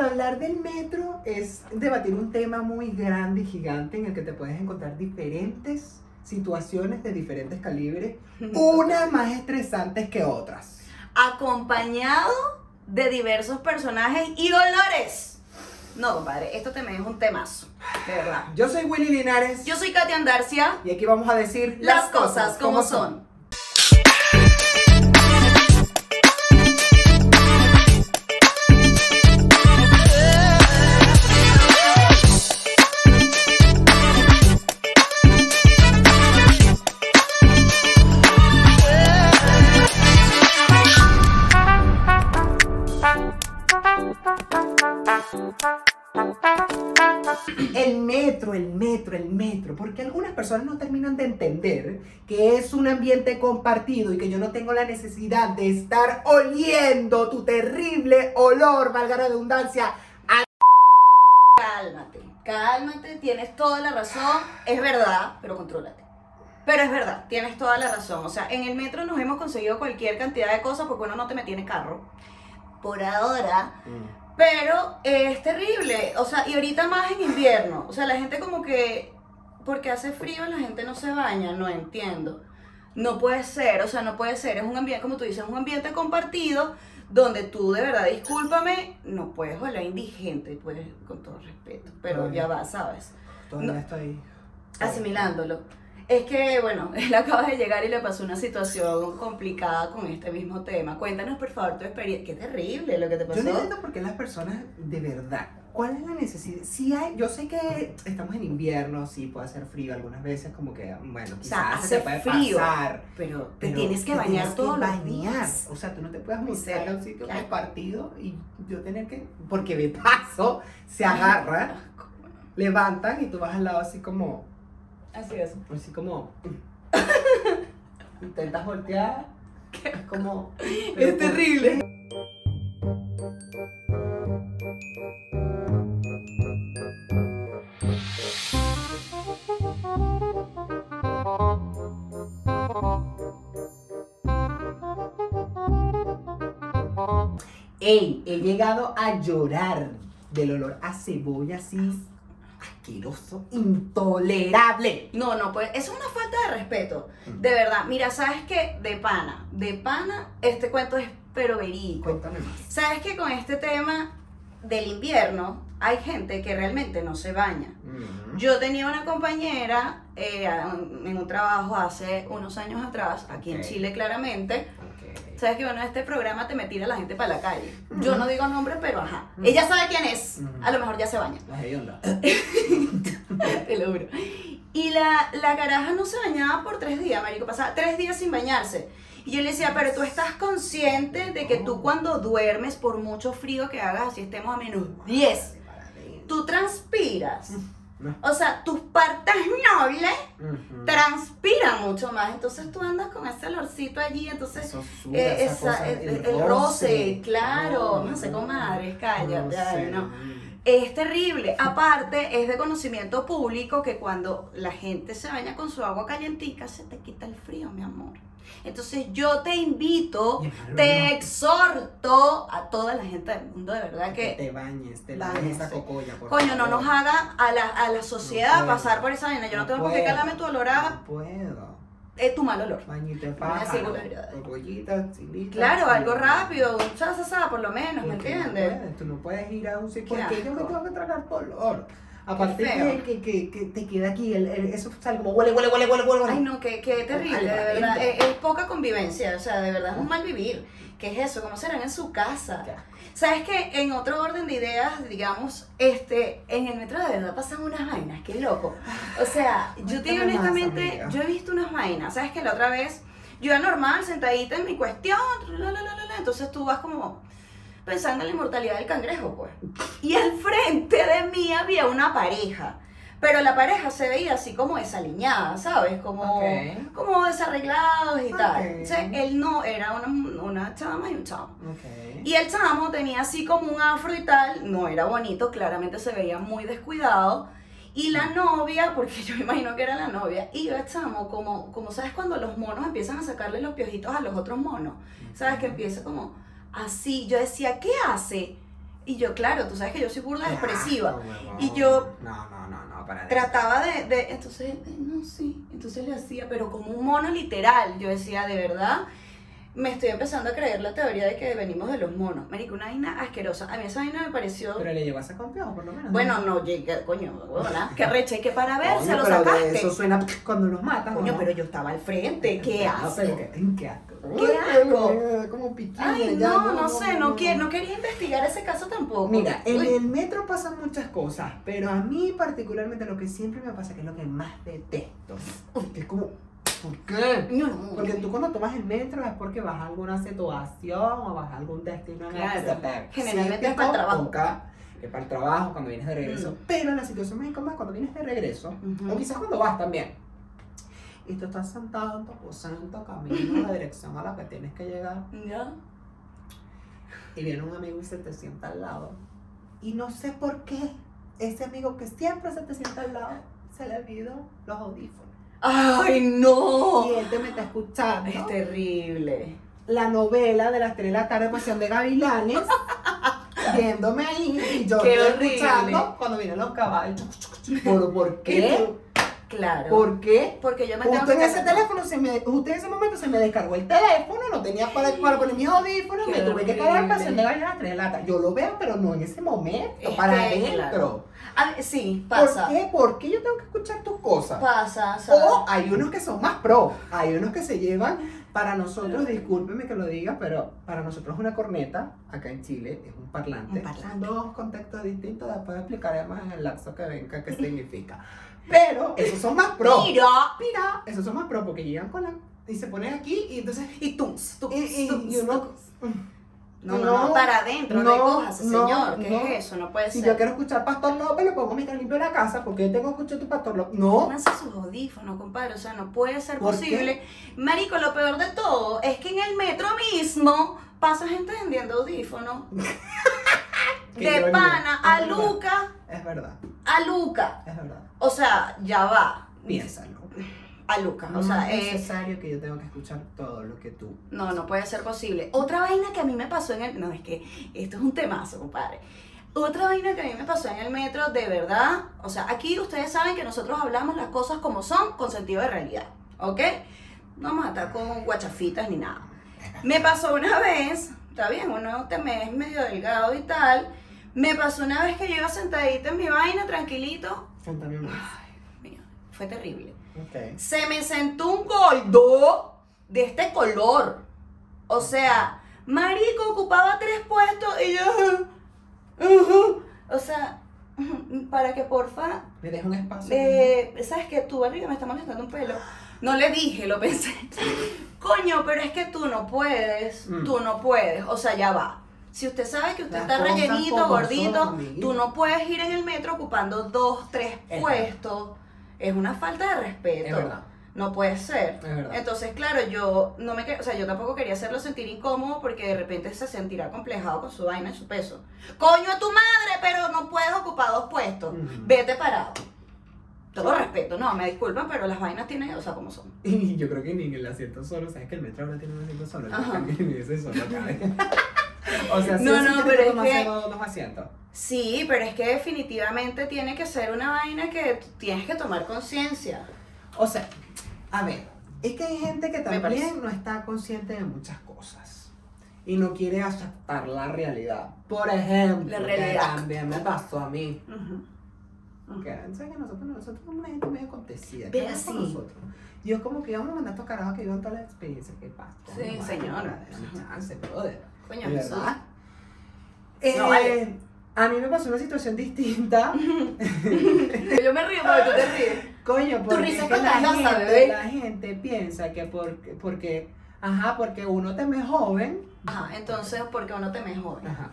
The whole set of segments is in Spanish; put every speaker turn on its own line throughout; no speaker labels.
hablar del metro es debatir un tema muy grande y gigante en el que te puedes encontrar diferentes situaciones de diferentes calibres, unas más estresantes que otras.
Acompañado de diversos personajes y dolores. No, compadre, esto también es un temazo, de verdad.
Yo soy Willy Linares
Yo soy Katia Andarcia.
y aquí vamos a decir
Las cosas como son.
El metro, el metro, el metro, porque algunas personas no terminan de entender que es un ambiente compartido y que yo no tengo la necesidad de estar oliendo tu terrible olor, valga la redundancia.
Cálmate, cálmate, tienes toda la razón. Es verdad, pero contrólate. Pero es verdad, tienes toda la razón. O sea, en el metro nos hemos conseguido cualquier cantidad de cosas porque uno no te metía en el carro. Por ahora, Pero eh, es terrible, o sea, y ahorita más en invierno, o sea, la gente como que, porque hace frío la gente no se baña, no entiendo. No puede ser, o sea, no puede ser, es un ambiente, como tú dices, es un ambiente compartido donde tú de verdad, discúlpame, no puedes oler indigente, puedes, con todo respeto, pero
Ay.
ya va, ¿sabes?
Todavía
No.
estoy
Asimilándolo. Es que, bueno, él acaba de llegar y le pasó una situación complicada con este mismo tema. Cuéntanos, por favor, tu experiencia. Qué terrible lo que te pasó.
Yo no entiendo por qué las personas de verdad, ¿cuál es la necesidad? Si hay, yo sé que estamos en invierno, sí puede hacer frío algunas veces, como que, bueno, quizás
hace
se te puede
frío,
pasar.
Pero te
pero
tienes que
te
bañar
tienes que
todos los
bañar.
días.
O sea, tú no te puedes montar a un sitio
Claro.
compartido y yo tener que, porque de paso se agarra, levantan y tú vas al lado así como,
Así es.
así como, intentas voltear, es como,
Es terrible.
Ey, he llegado a llorar del olor a cebolla así asqueroso, intolerable.
No, no, pues eso es una falta de respeto. De verdad, mira, ¿sabes qué? De pana, de pana, este cuento es pero verídico.
Cuéntame más.
¿Sabes qué? Con este tema del invierno, hay gente que realmente no se baña. Yo tenía una compañera eh, en un trabajo hace unos años atrás, aquí en
Ok.
Chile claramente,
Ok.
Sabes que bueno, este programa te me tira a la gente para la calle. Yo
Ujú.
no digo nombre, pero ajá.
Ujú.
Ella sabe quién es.
Ujú.
A lo mejor ya se baña.
Más hedionda.
Te lo juro. Y la, la caraja no se bañaba por tres días, marico. Pasaba tres días sin bañarse. Y yo le decía, pero tú estás consciente de que tú cuando duermes, por mucho frío que hagas, así estemos a menos 10, tú transpiras.
No.
O sea, tus partes nobles
Ujú.
transpiran mucho más. Entonces tú andas con ese olorcito allí, entonces
Eso suda,
Eh,
esa
esa-
cosa,
el, el roce, claro, no sé, comadres, cállate, ay,
sé.
no. Es terrible. Aparte, es de conocimiento público que cuando la gente se baña con su agua calientica, se te quita el frío, mi amor. Entonces yo te invito,
Y el
te
olor.
exhorto a toda la gente del mundo, de verdad
Que
que,
te bañes, te laves
Báñense.
esa cocoya, por
coño, no
favor.
nos haga a la, a la sociedad
puedo,
pasar por esa vaina. Yo no,
no
tengo por qué
puedo.
calarme tu olor a
No puedo.
eh, tu mal olor.
Bañito de
Una
pájaro,
seguridad.
cocoyita, chilita.
Claro, algo
Mm.
rápido, un chasasá por lo menos, ¿me
Porque no
entiendes?
puedes, tú no puedes ir a un sitio
Qué
porque yo me
asco.
tengo que tragar color. Aparte
feo.
que, que, que, que te queda aquí, el, el- eso sale como huele, huele, huele, huele, huele.
Ay, no, qué, qué terrible,
Ay,
de
valiente.
verdad. Es, es poca convivencia, o sea, de verdad es un mal vivir. ¿Qué es eso? ¿Cómo serán en su casa?
Qué asco.
¿Sabes qué? En otro orden de ideas, digamos, este, en el metro de verdad pasan unas vainas, qué loco. O sea, yo te digo
Cuéntame más,
honestamente,
amiga.
yo he visto unas vainas. ¿Sabes qué? La otra vez, yo era normal, sentadita en mi cuestión, la, la, la, la, la, entonces tú vas como pensando en la inmortalidad del cangrejo, pues. Y al frente de mí había una pareja. Pero la pareja se veía así como desaliñada, ¿sabes? Como,
Ok.
como desarreglados y tal.
Ok.
Entonces, él no era una, una chama y un chamo.
Ok.
Y el chamo tenía así como un afro y tal, no era bonito, claramente se veía muy descuidado. Y la novia, porque yo me imagino que era la novia, iba el chamo como, como sabes cuando los monos empiezan a sacarle los piojitos a los otros monos, sabes que empieza como así, yo decía, ¿qué hace? Y yo, claro, tú sabes que yo soy burda
Claro,
expresiva.
huevón.
Y yo-
No, no, no, no, para de-
Trataba de, de- entonces, eh, no, sí, entonces le hacía, pero como un mono literal. Yo decía, de verdad, me estoy empezando a creer la teoría de que venimos de los monos. Marico, una vaina asquerosa. A mí esa vaina me pareció,
Pero le llevas a campeón, por lo menos. ¿no?
bueno, no, llegué, coño, huevona, que reche, que para ver,
Coño,
se lo
pero de
sacaste.
Eso suena cuando los matan.
Coño,
¿no?
pero yo estaba al frente, ¿qué
No, pero
haces?
qué, qué asco.
Qué asco.
Como piquilla,
Ay,
ya,
no, no sé, no, quie- no quería investigar ese caso tampoco.
Mira, en
Uy,
el metro pasan muchas cosas, pero a mí particularmente lo que siempre me pasa, que es lo que más detesto, que es como, ¿por qué?
no, no,
Porque tú cuando tomas el metro es porque vas a alguna situación o vas a algún destino en el que
Claro.
se te-
Generalmente es
sí,
para el
te
trabajo. Mm.
toca, Es para el trabajo, cuando vienes de regreso. Pero la situación más incómoda es cuando vienes de regreso,
Ujú.
o quizás cuando vas también. Y tú estás sentado en tu aposento, camino en la dirección a la que tienes que llegar
Ya.
y viene un amigo y se te sienta al lado. Y no sé por qué ese amigo que siempre se te sienta al lado se le olvidó los audífonos.
Ay, no.
Y él te me está escuchando
Es terrible.
la novela de las 3 de la tarde, Pasión de Gavilanes, viéndome ahí y yo
Qué
estoy
horrible.
escuchando cuando vienen los caballos. Chuc, chuc, chuc. ¿Por, por
Y
qué?
tú, Claro.
¿Por qué?
porque yo me tengo
Justo
que
en ese teléfono, se me, justo en ese momento se me descargó el teléfono, no tenía para, para poner mis audífonos,
Qué
me tuve que
horrible.
quedar en pasión de Gavilanes a las 3 de la tarde. Yo lo veo, pero no en ese momento,
Es
para
que,
adentro.
Ah, sí,
¿Por
pasa.
qué? Oh, ¿Por qué yo tengo que escuchar tus cosas?
Pasa, ¿sabes?
O hay unos que son más pro, hay unos que se llevan, para nosotros, discúlpeme que lo diga, pero para nosotros una corneta, acá en Chile, es un parlante.
Un parlante.
Son dos contextos distintos, después explicaré más en el lapso que venga qué significa. Pero esos son más pro.
Mira.
Mira, esos son más pro porque llegan con la... Y se ponen aquí y entonces...
Y tú, tú,
Y, y-
tú,
y uno-
No, no, no, para adentro,
no,
recójase,
no,
señor. ¿Qué
no.
es eso? No puede
Si
ser.
yo quiero escuchar Pastor López, le pongo mi limpio en la casa porque tengo que escuchar tu Pastor López. No,
Pónganse sus audífonos, compadre. O sea, no puede ser
¿Por
posible. Marico, lo peor de todo es que en el metro mismo pasa gente vendiendo audífonos.
Que yo
de
no, es
pana a
verdad.
Luca,
es verdad,
a Luca.
es verdad.
O sea, ya va.
Piénsalo.
A Luca.
No
O sea,
es
es.
necesario que yo tenga que escuchar todo lo que tú.
No, no puede ser posible. Otra vaina que a mí me pasó en el... No, es que esto es un temazo, compadre. Otra vaina que a mí me pasó en el metro, de verdad. O sea, aquí ustedes saben que nosotros hablamos las cosas como son, con sentido de realidad. ¿Ok? No vamos a estar con guachafitas ni nada. Me pasó una vez, está bien, uno te me es medio delgado y tal. Me pasó una vez que yo iba sentadita en mi vaina, tranquilito.
Cuéntame más.
Mira, fue terrible.
Ok.
Se me sentó un gordo de este color. O sea, marico ocupaba tres puestos y yo... ujú. O sea, para que porfa...
Me deja un espacio.
eh, ¿Sabes que Tu barriga me está molestando un pelo. No le dije, lo pensé. Coño, pero es que tú no puedes.
Mm.
Tú no puedes. O sea, ya va. Si usted sabe que usted
Las
está
cosas
rellenito,
como
gordito,
son, amiguito.
tú no puedes ir en el metro ocupando dos, tres
verdad.
puestos. Es una falta de respeto.
es verdad,
No puede ser.
es verdad.
Entonces, claro, yo no me, que- o sea, yo tampoco quería hacerlo sentir incómodo porque de repente se sentirá complejado con su vaina y su peso. Coño a tu madre, pero no puedes ocupar dos puestos.
Ujú.
Vete parado. Todo respeto, no, me disculpan, pero las vainas tienen, o sea, como son.
Y yo creo que ni en el asiento solo, sabes que el metro ahora tiene un asiento solo. Yo
Ajá.
creo que ni ese solo cabe. o sea, sí,
No,
sí
no,
tiene
pero es
tomarse
que-
dos, dos asientos.
Sí, pero es que definitivamente tiene que ser una vaina que t- tienes que tomar conciencia.
O sea, a ver, es que hay gente que
parece.
también no está consciente de muchas cosas y no quiere aceptar la realidad. Por ejemplo,
La
que
realidad.
también me pasó a mí.
Ujú.
Que, ¿sabes que nosotros, nosotros somos una gente muy acontecida. ¿Qué
Pero
pasa con
sí.
nosotros? Dios como que vamos a mandar a estos carajos que vivan todas las experiencias que pasan.
Sí, señora.
Dame chance, brother.
Coño, ah.
De
Jesús.
verdad. Eh,
No, vale.
A mí me pasó una situación distinta.
Yo me río, pero tú te ríes.
Coño, porque
risa
es
es
que la,
contagiosa,
gente,
bebé.
la gente piensa que porque, porque, ajá, porque uno te me joven,
Ajá, entonces, ¿por qué uno te mejora?
Ajá.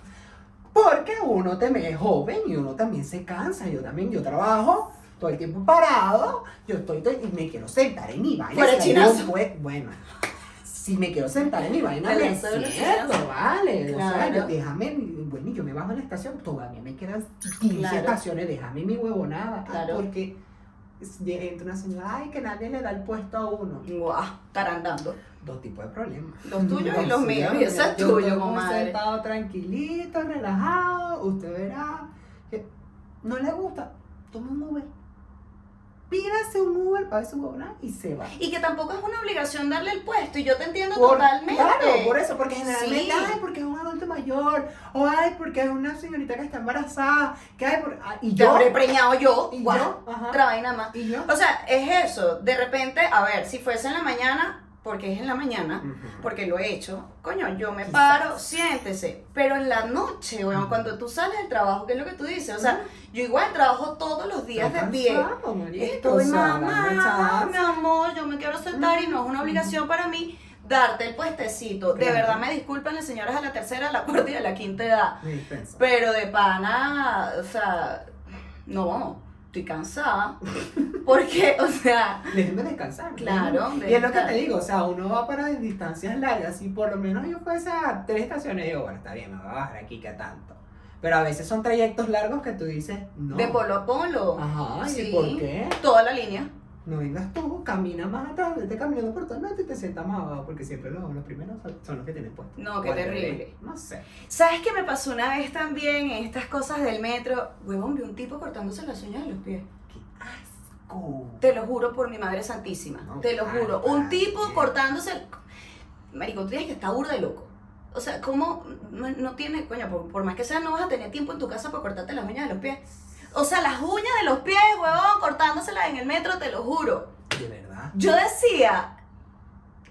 Porque uno también es joven y uno también se cansa. Yo también, yo trabajo todo el tiempo parado. Yo estoy, todo- y me quiero sentar en mi vaina.
Fuera
Si hay un
chinazo.
buen- bueno, si me quiero sentar en mi vaina,
Te
me
lanzó el
siento,
chinazo.
vale. O sea,
Claro.
yo- déjame, mi- bueno, y yo me bajo en la estación. Todavía me quedan 15
Claro.
estaciones. Déjame mi huevonada.
Claro.
Porque entra una señora, ay, que nadie le da el puesto a uno.
Guau, tarandando.
Dos tipos de problemas.
Los tuyos y los
Sí,
míos. Y
yo
ese es
estoy
tuyo,
como
comadre.
sentado tranquilito, relajado, usted verá. que No le gusta, toma un Uber. Pídase un Uber, pague su huevona y se va.
Y que tampoco es una obligación darle el puesto. Y yo te entiendo
Por-
totalmente.
Claro, por eso, porque generalmente,
Sí.
ay, porque es un adulto mayor, o ay, porque es una señorita que está embarazada, que hay por... ah, Y
Te
yo,
habré preñado yo.
y
guau,
yo, ajá,
Otra vaina más.
y yo.
O sea, es eso. De repente, a ver, si fuese en la mañana, porque es en la mañana, porque lo he hecho, coño, yo me
Quizás.
paro, siéntese. Pero en la noche, weón, cuando tú sales del trabajo, ¿qué es lo que tú dices? O sea, yo igual trabajo todos los días de pie. Estoy mamá, mi amor, yo me quiero sentar y no es una obligación para mí darte el puestecito. De
Claro.
verdad me disculpan las señoras de la tercera, de la cuarta y de la quinta edad. Pero de pana, o sea, no, estoy cansada. Porque, o sea,
Déjenme descansar. ¿no?
Claro,
Y es lo que
descansar.
te digo, o sea, uno va para distancias largas y por lo menos yo fuese a tres estaciones digo, bueno, está bien, me va a bajar aquí que tanto. Pero a veces son trayectos largos que tú dices, no. Ah.
de polo a polo,
Ajá, ¿y
Sí.
por qué?
toda la línea.
No vengas tú, camina más atrás, vete caminando por todo el norte y te sientas más abajo, porque siempre los, los primeros son, son los que tienen puesto.
No, Oh, qué
O al revés,
terrible.
No sé.
¿Sabes qué me pasó una vez también en estas cosas del metro? Huevón, vi un tipo cortándose las uñas de los pies.
¡Qué asco!
Te lo juro por mi madre santísima.
No,
te lo juro.
para,
Un tipo
bien.
cortándose. el- Marico, tú tienes que estar burda de loco. O sea, ¿cómo no, no tienes, coño, por, por más que sea, no vas a tener tiempo en tu casa para cortarte las uñas de los pies? O sea, las uñas de los pies, huevón, cortándoselas en el metro, te lo juro.
De verdad.
Yo decía,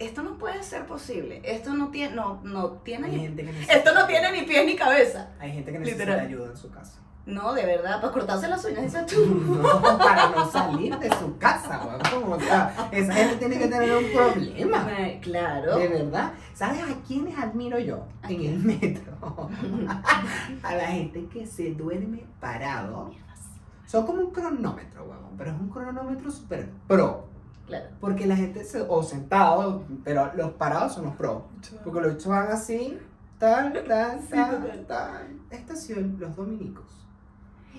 esto no puede ser posible. Esto no tiene, no, no tiene,
Hay
ni-
gente que necesita-
esto no tiene ni pies ni cabeza.
Hay gente que necesita
Literal.
ayuda en su casa.
No, de verdad, para cortarse las uñas, dices tú.
No, para no salir de su casa, huevón. O sea, esa gente tiene que tener un problema.
Ma- Claro.
De verdad. ¿Sabes a quiénes admiro yo
¿A
en
quién?
el metro? a la gente que se duerme parado. Son como un cronómetro, huevón, pero es un cronómetro súper pro.
Claro.
Porque la gente, se, o sentado, pero los parados son los pros. Porque los hechos van así, tal, tal,
Sí,
tal,
total.
tal. Estación, los dominicos.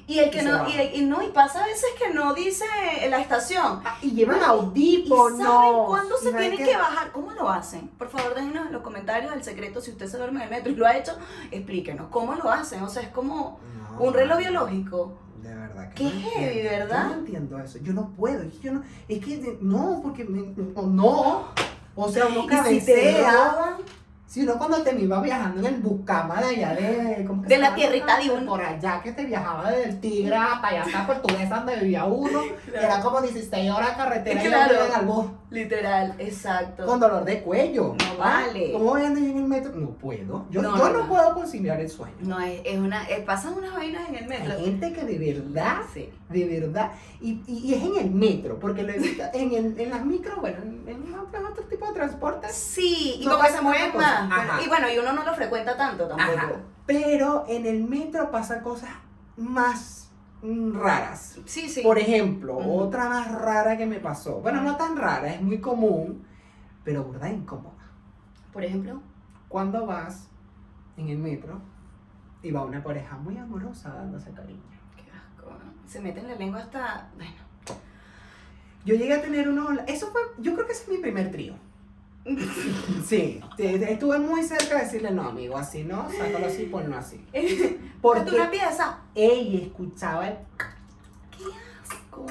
Y el que
Y se
no,
va.
y, el- y no, y pasa a veces que no dice la estación.
y llevan
¿Y
audífonos.
saben cuándo
Y
se
Ah, saben
tienen que... bajar? ¿Cómo lo hacen? Por favor, déjenos en los comentarios el secreto. Si usted se duerme en el metro y lo ha hecho, explíquenos. ¿Cómo lo hacen? O sea, es como
No,
un reloj biológico.
De verdad que
Qué heavy,
entiendo.
¿verdad?
Yo no entiendo eso. Yo no puedo. Es que yo no. Es que de- no, porque me- o no. O sea, uno
Y si te
cabecea.
roban,
Si uno cuando te iba viajando en el buscama de allá de. ¿cómo que
De
se
la
llama?
tierrita de uno.
Por allá que te viajaba del Tigra para allá hasta Portuguesa donde vivía uno. que Era como 16 horas de carretera
Claro.
y no al bus
literal, exacto.
con dolor de cuello.
No
Ah,
vale.
¿Cómo voy a andar yo en el metro? No puedo. Yo yo
No, no,
no
no.
puedo conciliar el sueño.
No, es, es una, es- pasan unas vainas en el metro.
Hay gente que de verdad,
Sí.
de verdad, y, y- y es en el metro, porque lo he visto en, el- en las micros, bueno, en, en otro tipo de transporte.
Sí, y
No
como se
pasa
mueven
otra cosa.
más.
Ajá.
Y bueno, y uno no lo frecuenta tanto tampoco.
Ajá. Pero en el metro pasan cosas más mm, raras.
Sí, sí.
Por e- ejemplo,
Ujú.
otra más rara que me pasó, bueno, no tan rara, es muy común, pero verdad incómoda.
Por ejemplo.
Cuando vas en el metro y va una pareja muy amorosa dándose cariño.
Qué asco. ¿no? Se meten la lengua hasta. Bueno.
Yo llegué a tener unos. Eso fue. Yo creo que ese es mi primer trío. Sí, sí, estuve muy cerca de decirle no, amigo, así no, sácalo así, ponlo así.
Porque una
Porque
pieza.
ella escuchaba el.
Asco.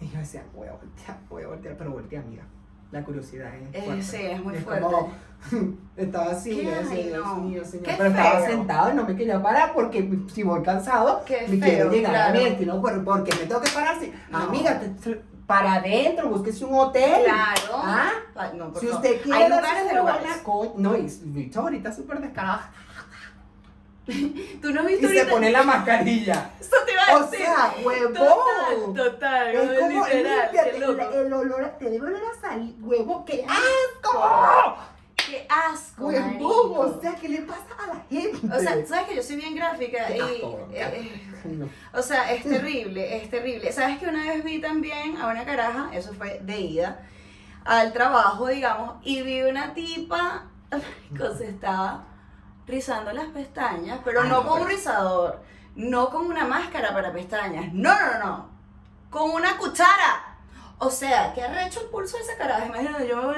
Y yo decía, voy a voltear, voy a voltear, pero volteé, amiga. La curiosidad es.
Eh,
fuerte.
sí, es muy
Es
fuerte.
como- estaba así,
¿Qué?
yo decía,
Ay,
Dios
no.
mío, señor.
Qué
Pero estaba
feo.
sentado y no me quería parar porque si voy cansado,
Qué
me
feo,
quiero llegar a mi
claro.
destino. ¿Por, porque me tengo que parar así.
No.
Amiga, te- te- para adentro, búsquese un hotel.
Claro.
¿Ah?
Pa- No, por
Si
favor.
usted quiere
Hay
darse
lugares de
una
lugares.
buena co- No, y y chao, ahorita es súper descarada.
Tú no has
Y
visto
se
ahorita-
pone la mascarilla.
Eso te iba a
O
decir.
sea,
Total,
huevón.
total.
Es como eh,
literal.
límpiate,
Qué
el,
loco.
el olor, a- te debe olor a sal, huevo, que
asco.
asco.
Qué asco.
Huevo,
marico.
o sea, ¿qué le pasa a la gente?
O sea, sabes que yo soy bien gráfica
Qué
y.
asco,
eh,
qué
eh,
No.
O sea,
Mm.
es terrible, es terrible. Sabes que una vez vi también a una caraja, eso fue de ida, al trabajo, digamos, y vi una tipa, marico, se estaba rizando las pestañas, pero
Ay,
no
no, pues.
con un
pero-
rizador, no con una máscara para pestañas, no, no, no, con una cuchara. O sea, que arrecho el pulso de esa caraja. Imagínate, yo me voy.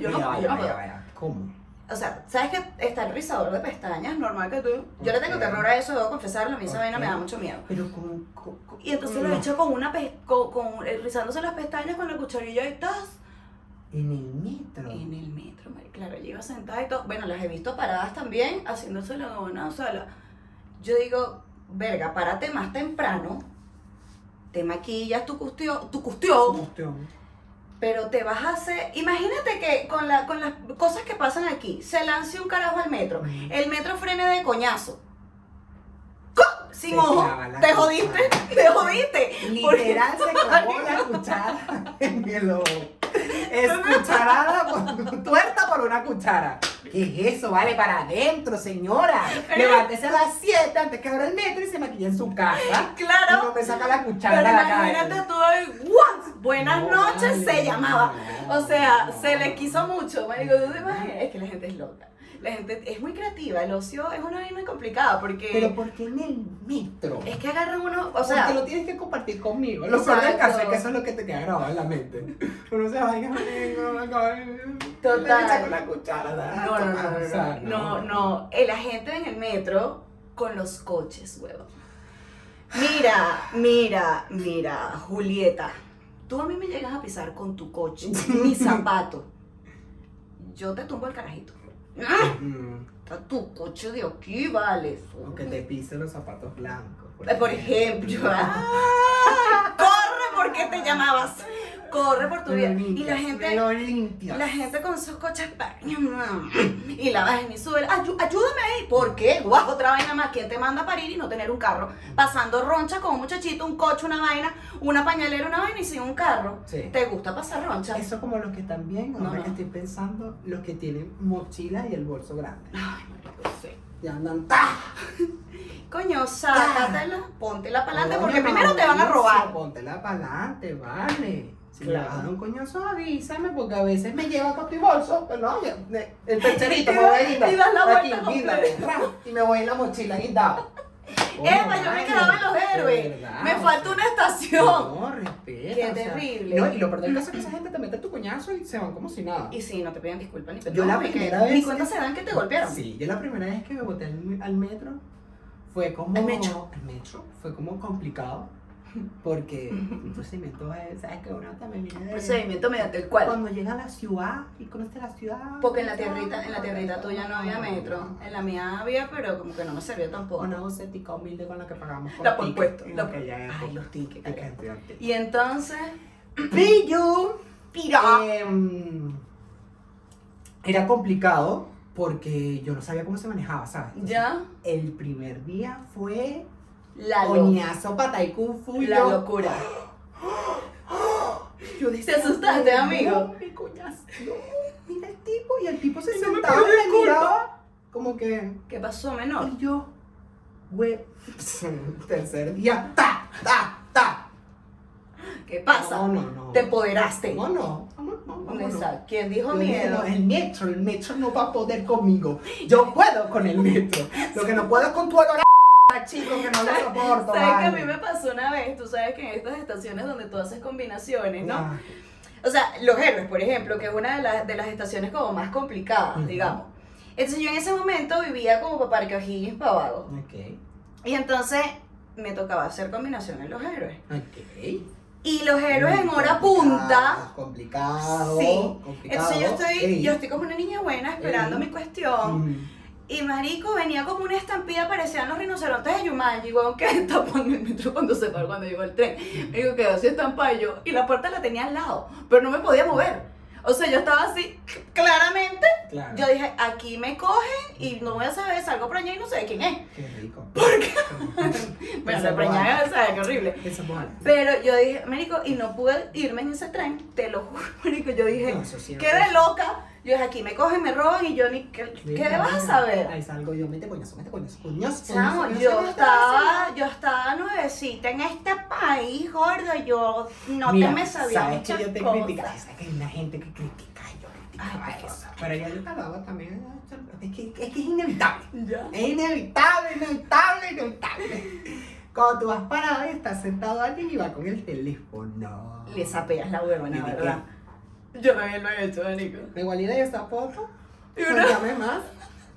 Yo
Vaya, vaya,
no puedo, yo no
vaya,
puedo.
vaya. ¿Cómo?
O sea, ¿sabes que está el rizador de pestañas? Normal que tú. Yo le tengo
Ok.
terror a eso, debo confesarlo. A mí esa
Ok.
vaina me da mucho miedo.
Pero con. con- con-
Y entonces lo
no.
he hecho con una pes- con, con- eh, rizándose las pestañas con la cucharilla y tas.
En el metro.
En el metro, Mari. Claro, yo iba sentada y todo. Bueno, las he visto paradas también, haciéndose la gona. O sea, la- yo digo, verga, párate más temprano. Te maquillas, tu custión, tu custión,
Cuestión.
pero te vas a hacer. Imagínate que con, la, con las cosas que pasan aquí, se lance un carajo al metro.
Mm.
El metro frena de coñazo. ¡Co! Sin
Te
ojo.
clava la
Te jodiste,
cuchara.
te jodiste. Porque-
Literal se clavó la cuchara en el ojo. Es cucharada por, tuerta por una cuchara. ¿Qué es eso? Vale, para adentro, señora. Levántese a las 7 antes que abra el metro y se maquilla en su casa.
Claro.
Y no me saca la cuchara
Pero
de la calle.
imagínate tú ahí, "What? buenas
eh. No,
noches,
vale,
se llamaba.
no,
O sea,
no.
se le quiso mucho, marico, ¿tú te imaginas? Es que la gente es loca. La gente es muy creativa, el ocio es una vaina complicada porque
Pero ¿por qué en el metro?
es que agarran uno, o
Porque
sea,
lo tienes que compartir conmigo. Lo peor del caso es
Exacto.
que eso es lo que te queda grabado en la mente. Uno se va y
Total.
Total. con la cuchara. da,
no, no, no,
o sea,
no, no, no, no. Eh, la gente en el metro con los coches, huevo. Mira, mira, mira, Julieta, tú a mí me llegas a pisar con tu coche, mi zapato, yo te tumbo el carajito.
Mm,
Está tu coche de aquí, vale.
Aunque te pise los zapatos blancos.
Eh, Por ejemplo, ¡ah! corre porque te llamabas. Corre por tu vida. Y la gente,
Lo limpia.
la gente con sus coches pa- y la bajan y suben. Ayú- ayúdame ahí. ¿Por qué? Guau, otra vaina más. ¿Quién te manda a parir y no tener un carro? Pasando roncha con un muchachito, un coche, una vaina, una pañalera, una vaina y sin un carro.
Sí.
¿Te gusta pasar roncha?
Eso como los que también, ahora
No, no.
que estoy pensando, los que tienen mochila y el bolso grande.
Ay, marico, sí.
Y andan ¡tah!
Coño, sácatela, póntela para adelante porque
Coño,
primero te van a
Mauricio,
robar.
Póntela para adelante, vale. Si
Claro.
me vas a dar un coñazo, avísame, porque a veces me lleva con tu bolso, pero no, ya, de- el pecherito
Y
me
da-
voy a ir.
y das la
aquí,
vuelta
guíndame, ra, Y me voy en la mochila guindado.
Epa, yo me quedaba en los héroes.
Ah,
Me falta una estación.
No, respeta.
Qué
o sea,
terrible.
no, y lo peor del caso es que esa gente te mete tu coñazo y se van como si nada.
Y sí, no te piden disculpas ni
Yo
perdón,
la
porque
primera
Ni
vez
cuenta
que-
se dan que te golpearon.
Sí, yo la primera vez que me boté al, al metro fue como.
Al metro.
al metro, Fue como complicado. Porque un procedimiento es, ¿sabes que Uno también viene de.
Procedimiento mediante el cual.
Cuando llega a la ciudad y conoce la ciudad.
Porque en la tierrita, en la tierrita tuya no había metro. En la mía había, pero como que no me sirvió tampoco.
Una bocetica humilde con la que pagamos. con
La por
ticket
puesto,
en
la-
aquella época.
Ay, los tickets.
Ticket
carajo.
estudiantil.
Y entonces,
Pillo.
pira.
Em, era complicado porque yo no sabía cómo se manejaba, ¿sabes? Entonces,
eh, Ya,
El primer día fue
la, lo-
coñazo pata y kung fu. y
la
yo-
locura.
yo decía,
¿Te asustaste,
"Ay,
amigo?"
no, mi coñazo. No, mira el tipo y el tipo se
Y no me
sentaba y
pidió
me
disculpa.
miraba como que
¿Qué pasó, menor?
y yo, güey, tercer día, ta, ta, ta.
¿Qué pasa?
No, no, no.
Te empoderaste.
No, no. Vamos, no, vamos, no.
Esa, ¿Quién dijo
Yo dije,
miedo?
"No, el metro, el metro no va a poder conmigo. Yo puedo con el metro. Lo que no puedo es con tu olor a chico que no lo soporto.
¿Sabes que a
vale.
mí me pasó una vez? Tú sabes que en estas estaciones donde tú haces combinaciones, ¿no?
Ah,
O sea, Los Héroes, por ejemplo, que es una de, las- de las estaciones como más complicadas,
Ujú.
digamos. Entonces yo en ese momento vivía como para Parque O'Higgins Pavago.
Ok,
Y entonces me tocaba hacer combinación en Los Héroes.
ok.
Y Los Héroes en
Muy
hora punta.
Complicado.
Sí.
complicado.
Entonces yo estoy,
Ey.
yo estoy como una niña buena esperando
Ey.
mi cuestión.
Mm.
Y marico, venía como una estampida, parecían los rinocerontes de Yumanji, weón, que tapan el metro cuando se paró, cuando llegó el tren. Me digo, quedó así estampada y yo, y la puerta la tenía al lado, pero no me podía mover. O sea, yo estaba así, claramente,
Claro.
yo dije, aquí me cogen y no voy a saber, salgo preñada y no sé de quién es.
Qué rico. ¿Por qué?
Bueno, la preñada, ¿sabes? Qué horrible.
Esa mola.
Pero yo dije, marico, y no pude irme en ese tren, te lo juro, marico, yo dije,
No, eso sí,
qué de loca. Yo dije, aquí me cogen, me roban y yo ni, ¿qué,
Sí,
qué le vas a
claro.
saber?
Ahí salgo yo, mete coñazo, mete coñazo, coñazo. coñazo,
Chamo,
coñazo,
yo
coñazo.
estaba, yo estaba nuevecita en este país, gordo, yo no
Mira,
te me sabía
¿sabes
muchas
que yo te
cosas.
criticaba? Sabes que hay una gente que critica y yo criticaba
Ay, por
eso. Pero yo lo hablaba también. Es que, es que es inevitable.
Ya.
Es inevitable, inevitable, inevitable. Cuando tú vas parado y estás sentado alguien y va con el teléfono.
Le sapeas la huevona,
¿Y de
¿verdad? Yo también lo he hecho, Nico.
La igualdad de esa foto.
Y una-
Cuéntame más.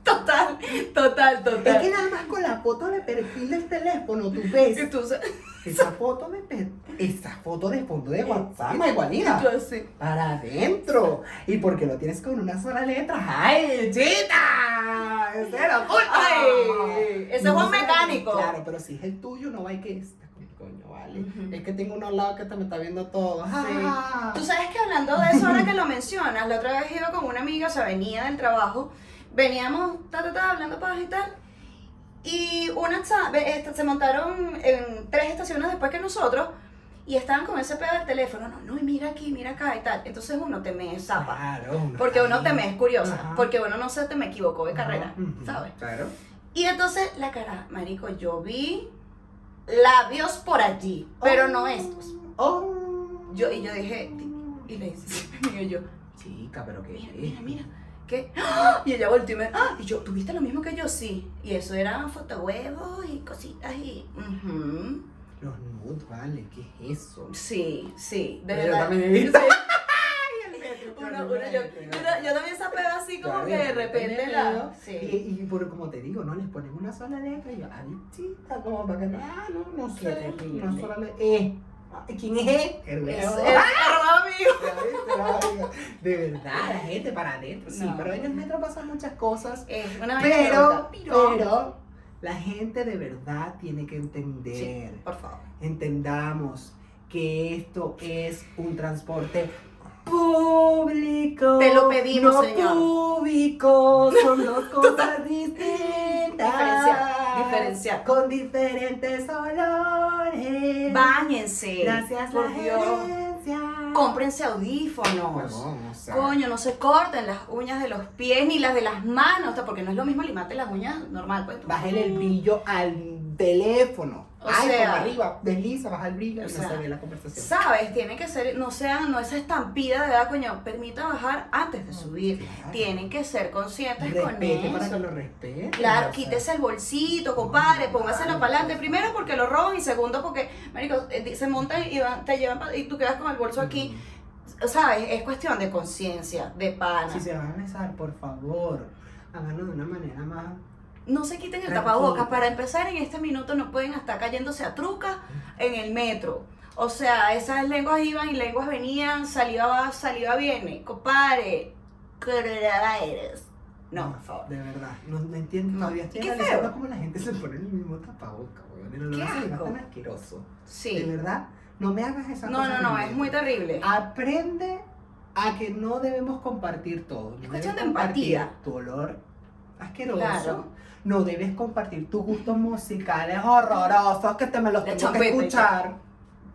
Total, total,
Es que
total.
nada más con la foto de perfil del teléfono tú
Y
ves
tú, sa-
esa foto de per- esa foto de fondo de WhatsApp,
y tú
igualida.
así.
Para adentro. ¿Y por qué lo tienes con una sola letra? ¡Ay, chita! ¡Ese era tuyo!
Ay, ese es
No
un
sé,
mecánico.
Claro, pero si es el tuyo, no hay que esta. Coño, vale.
Ujú.
Es que tengo uno al lado que te me está viendo todo. Ah.
Tú sabes que hablando de eso, ahora que lo mencionas, la otra vez iba con una amiga, o sea, venía del trabajo, veníamos ta, ta, ta, hablando pajas y tal, y una cha- ve- esta- se montaron en tres estaciones después que nosotros, y estaban con ese pedo del teléfono, no, no, y mira aquí, mira acá y tal. Entonces uno te me zapa,
Claro, uno
porque uno
está
te me
ahí.
es curiosa,
Ajá.
porque uno no se te me equivocó de carrera,
Ujú.
¿sabes?
Claro.
Y entonces la cara, marico, yo vi labios por allí, pero
Oh.
no estos.
Oh.
Yo- y yo dije, Y le dice, y yo,
Chica, pero qué.
mira, mira, mira. ¿Qué? ¡Ah! Y ella volteó y me, ah, y yo, ¿tuviste lo mismo que yo? Sí. Y eso eran fotohuevos y cositas y. ujú.
Los nudes, vale, ¿qué es eso?
Sí, sí, de
Yo
verdad.
también he visto.
Sí. Uno- uno, yo, yo ta- yo también sapeo así como que de repente la. Sí.
Y, y por, como te digo, ¿no? Les ponen una sola letra y yo, "Ah, ay, chica, como para que. Ah, no, no
Qué
sé.
terrible.
Una sola letra. Eh. Ay, ¿Quién es? El
Es,
huevo.
es arroba amigo.
De verdad, la gente para adentro. Sí,
No.
pero en el metro pasan muchas cosas.
Es una vaina
Pero,
loca.
pero, la gente de verdad tiene que entender.
Por favor.
entendamos que esto es un transporte público.
Te lo pedimos,
no
señor.
público, son dos cosas distintas.
Diferencial, diferencial.
Con diferentes olores.
Báñense.
Gracias,
por
la
Dios.
gerencia.
Cómprense audífonos.
Huevón, o sea,
Coño, no se corten las uñas de los pies ni las de las manos, o sea, porque no es lo mismo limarte las uñas normal. Pues, tú-
Bájale el brillo al teléfono.
O
Ay,
sea,
por arriba, desliza, baja el brillo.
o
no
sea,
se ve la conversación.
¿Sabes? Tiene que ser, no sean, no esa estampida de edad, coño, permita bajar antes de subir.
Claro.
Tienen que ser conscientes con
Respete para que
eso.
lo respeten.
Claro,
o sea.
quítese el bolsito, compadre, póngaselo para adelante. Primero porque lo roban y segundo porque, marico, eh, di- se montan y van- te llevan pa- y tú quedas con el bolso aquí.
Mm.
¿Sabes? Es cuestión de conciencia, de pana.
Si se van a besar, por favor, háganlo de una manera más.
No se quiten el
Tranquilo.
tapabocas. Para empezar, en este minuto no pueden estar cayéndose a trucas en el metro. O sea, esas lenguas iban y lenguas venían, saliva va, saliva viene. Compadre, coronavirus. No, por favor.
De verdad, no, no entiendo
No.
todavía.
¿Y
Estoy
qué
analizando
feo?
cómo la gente se pone el mismo tapaboca, weón. El olor
Qué
a saliva es
asco.
tan asqueroso. De
Sí.
verdad, no me Ah, hagas esa
No,
cosa
no,
de
no,
mí.
es muy terrible.
Aprende a que no debemos compartir todo. No
Es
debes
cuestión de
compartir
empatía.
Tu olor asqueroso.
Claro.
No debes compartir tus gustos musicales horrorosos que te me los
La
tengo que
champeta y tal.
escuchar.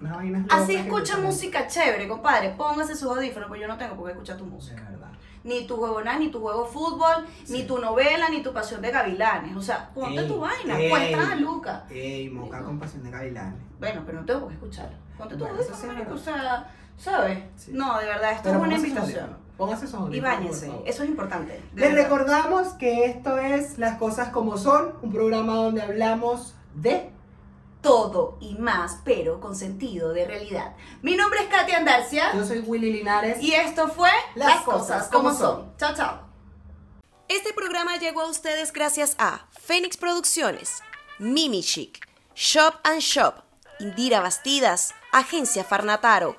Unas vainas locas
Así
que
escucha
escuchan.
música chévere, compadre. Póngase sus audífonos, porque yo no tengo por qué escuchar tu
De
música.
verdad.
Ni tu huevonada, ni tu juego fútbol,
Sí.
ni tu novela, ni tu pasión de gavilanes. O sea, ponte
Ey,
tu vaina,
ey.
cuesta a Luca.
Ey, moca con pasión de gavilanes.
Bueno, pero no tengo por qué escucharlo. Ponte tú
Bueno,
eso,
eso sí es
marico, o
verdad.
sea, ¿sabes?
Sí.
No, de verdad, esto
Pero
es una
póngase esos
invitación.
audífonos, Póngase esos
Y
audífonos,
báñense,
por favor.
eso es importante. de
Les
verdad.
recordamos que esto es Las Cosas Como Son, un programa donde hablamos de...
Todo y más, pero con sentido de realidad. Mi nombre es Katia Andarcia
Yo soy Willy Linares.
y esto fue
Las Cosas Como Son.
Chao, chao.
Este programa llegó a ustedes gracias a Fénix Producciones, Mimi Chic, Shop and Shop, Indira Bastidas, Agencia Farnataro.